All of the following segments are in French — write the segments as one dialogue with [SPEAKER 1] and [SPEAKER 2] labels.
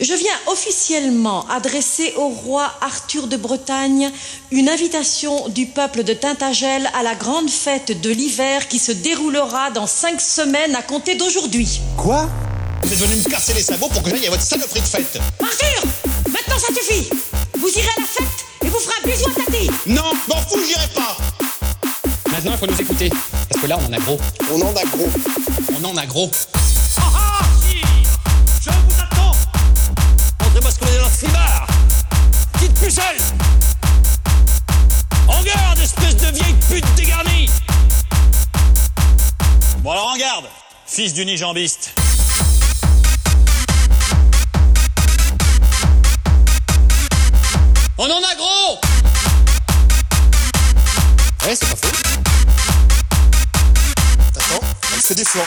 [SPEAKER 1] Je viens officiellement adresser au roi Arthur de Bretagne une invitation du peuple de Tintagel à la grande fête de l'hiver qui se déroulera dans cinq semaines à compter d'aujourd'hui.
[SPEAKER 2] Quoi
[SPEAKER 3] Vous êtes venu me casser les sabots pour que j'aille à votre saloperie de fête.
[SPEAKER 1] Arthur Maintenant ça suffit Vous irez à la fête et vous ferez un bisou à Tati
[SPEAKER 3] Non, m'en fous, j'irai pas. Maintenant, il faut nous écouter. Parce que là, on en a gros.
[SPEAKER 2] On en a gros.
[SPEAKER 3] On en a gros.
[SPEAKER 4] Ah ah si Je vous attends Montrez-moi ce que vous avez dans ce cimard Petite pucelle En garde, espèce de vieille pute dégarnie Bon alors en garde, fils d'unijambiste
[SPEAKER 3] On en a gros Ouais, c'est pas faux.
[SPEAKER 2] Attends, elle se défend.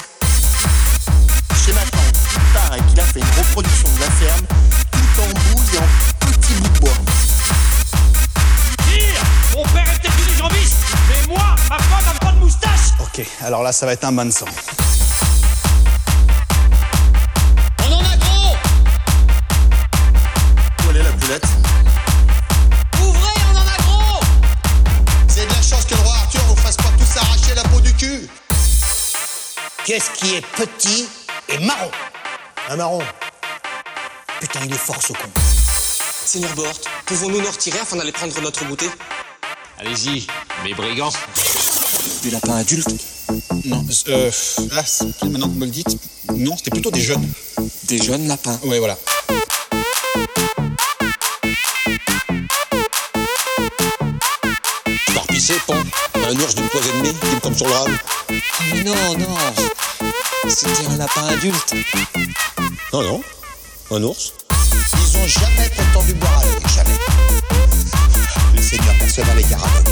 [SPEAKER 2] Chez ma tante, il paraît qu'il a fait une reproduction de la ferme, tout en bouse et en petits bouts de bois.
[SPEAKER 4] Dire Mon père était unijambiste Mais moi, ma femme a pas de moustache
[SPEAKER 2] Ok, alors là, ça va être un bain de sang.
[SPEAKER 3] On en a gros
[SPEAKER 2] Où elle est la boulette
[SPEAKER 3] Ouvrez, on en a gros
[SPEAKER 2] C'est de la chance que le roi Arthur vous fasse pas tous arracher la peau du cul.
[SPEAKER 5] Qu'est-ce qui est petit et marron Un marron Putain, il est fort ce con.
[SPEAKER 6] Seigneur Bort, pouvons-nous nous retirer afin d'aller prendre notre goûter
[SPEAKER 3] Allez-y, mes brigands.
[SPEAKER 2] Du lapin adulte Non, euh, là, c'est- maintenant que vous me le dites, non, c'était plutôt des jeunes.
[SPEAKER 6] Des jeunes lapins.
[SPEAKER 2] Ouais, voilà.
[SPEAKER 7] Par pisser, pan. Un ours d'une poids et demie qui me tombe sur le rame.
[SPEAKER 6] Mais non, non C'était un lapin adulte.
[SPEAKER 7] Non, non. Un ours
[SPEAKER 5] Ils ont jamais prétendu boire avec, jamais. Le seigneur personnel est caraboc.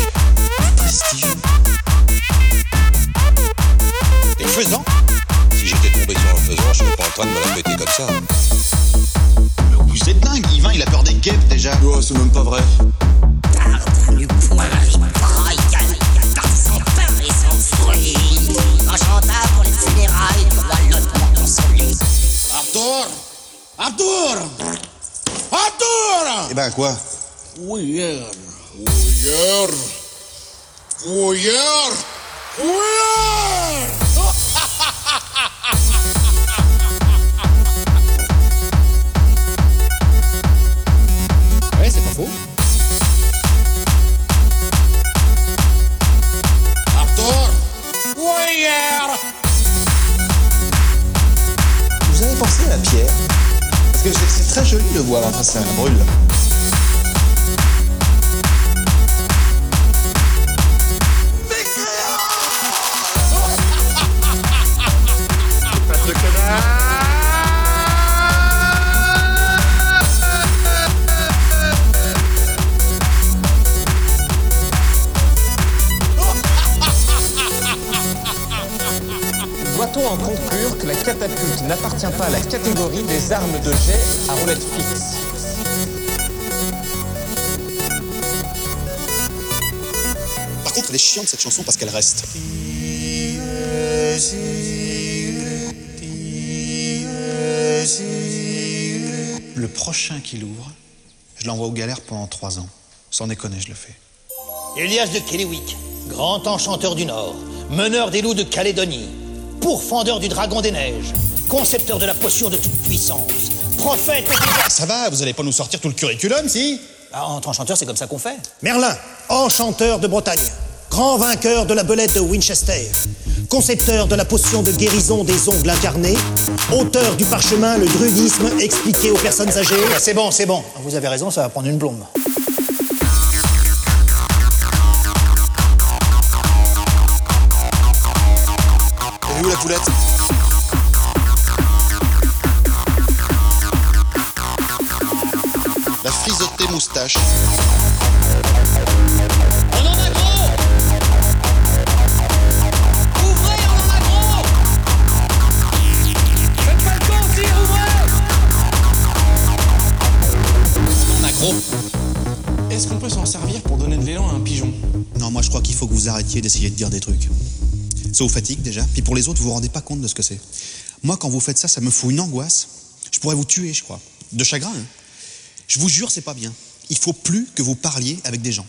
[SPEAKER 5] Prestigieux.
[SPEAKER 7] Et faisan Si j'étais tombé sur un faisan, je serais pas en train de me la péter comme ça.
[SPEAKER 2] Vous êtes dingue, Yvain, il a peur des guêpes déjà. Oh, c'est même pas vrai.
[SPEAKER 8] Tarde du poing royal, par son pain et son fruit. En chantant pour les funérailles du roi Lothar consolé.
[SPEAKER 7] Arthur Arthur Arthur
[SPEAKER 2] Eh ben quoi
[SPEAKER 7] Ouillère Ouillère Ouillère Ouillère
[SPEAKER 3] Ouais, c'est pas faux.
[SPEAKER 7] Arthur Ouillère
[SPEAKER 2] Vous avez pensé à la pierre Parce que c'est c'est très joli de voir, enfin ça brûle.
[SPEAKER 9] Doit-on en conclure que la catapulte n'appartient pas à la catégorie des armes de jet à roulette fixe
[SPEAKER 2] Par contre, elle est chiante cette chanson parce qu'elle reste. Le prochain qui l'ouvre, je l'envoie aux galères pendant trois ans. Sans déconner, je le fais.
[SPEAKER 5] Elias de Kellewick, grand enchanteur du Nord, meneur des loups de Calédonie, pourfendeur du dragon des neiges, concepteur de la potion de toute puissance, prophète et
[SPEAKER 3] Ça va, vous allez pas nous sortir tout le curriculum, si
[SPEAKER 5] ah, Entre enchanteurs, c'est comme ça qu'on fait.
[SPEAKER 10] Merlin, enchanteur de Bretagne, grand vainqueur de la belette de Winchester, concepteur de la potion de guérison des ongles incarnés, auteur du parchemin Le druidisme expliqué aux personnes âgées.
[SPEAKER 5] Ah, C'est bon, c'est bon. Vous avez raison, ça va prendre une blonde.
[SPEAKER 2] Elle est où la poulette La frise de tes moustaches.
[SPEAKER 3] On en a gros Ouvrez, on en a gros
[SPEAKER 4] Faites pas le con, tire, ouvrez
[SPEAKER 3] On en a gros
[SPEAKER 6] Est-ce qu'on peut s'en servir pour donner de l'élan à un pigeon
[SPEAKER 2] Non, moi je crois qu'il faut que vous arrêtiez d'essayer de dire des trucs. Ça vous fatigue déjà, puis pour les autres, vous vous rendez pas compte de ce que c'est. Moi, quand vous faites ça, ça me fout une angoisse. Je Je pourrais vous tuer, je crois. De chagrin. hein. Je vous jure, c'est pas bien. Il faut plus que vous parliez avec des gens.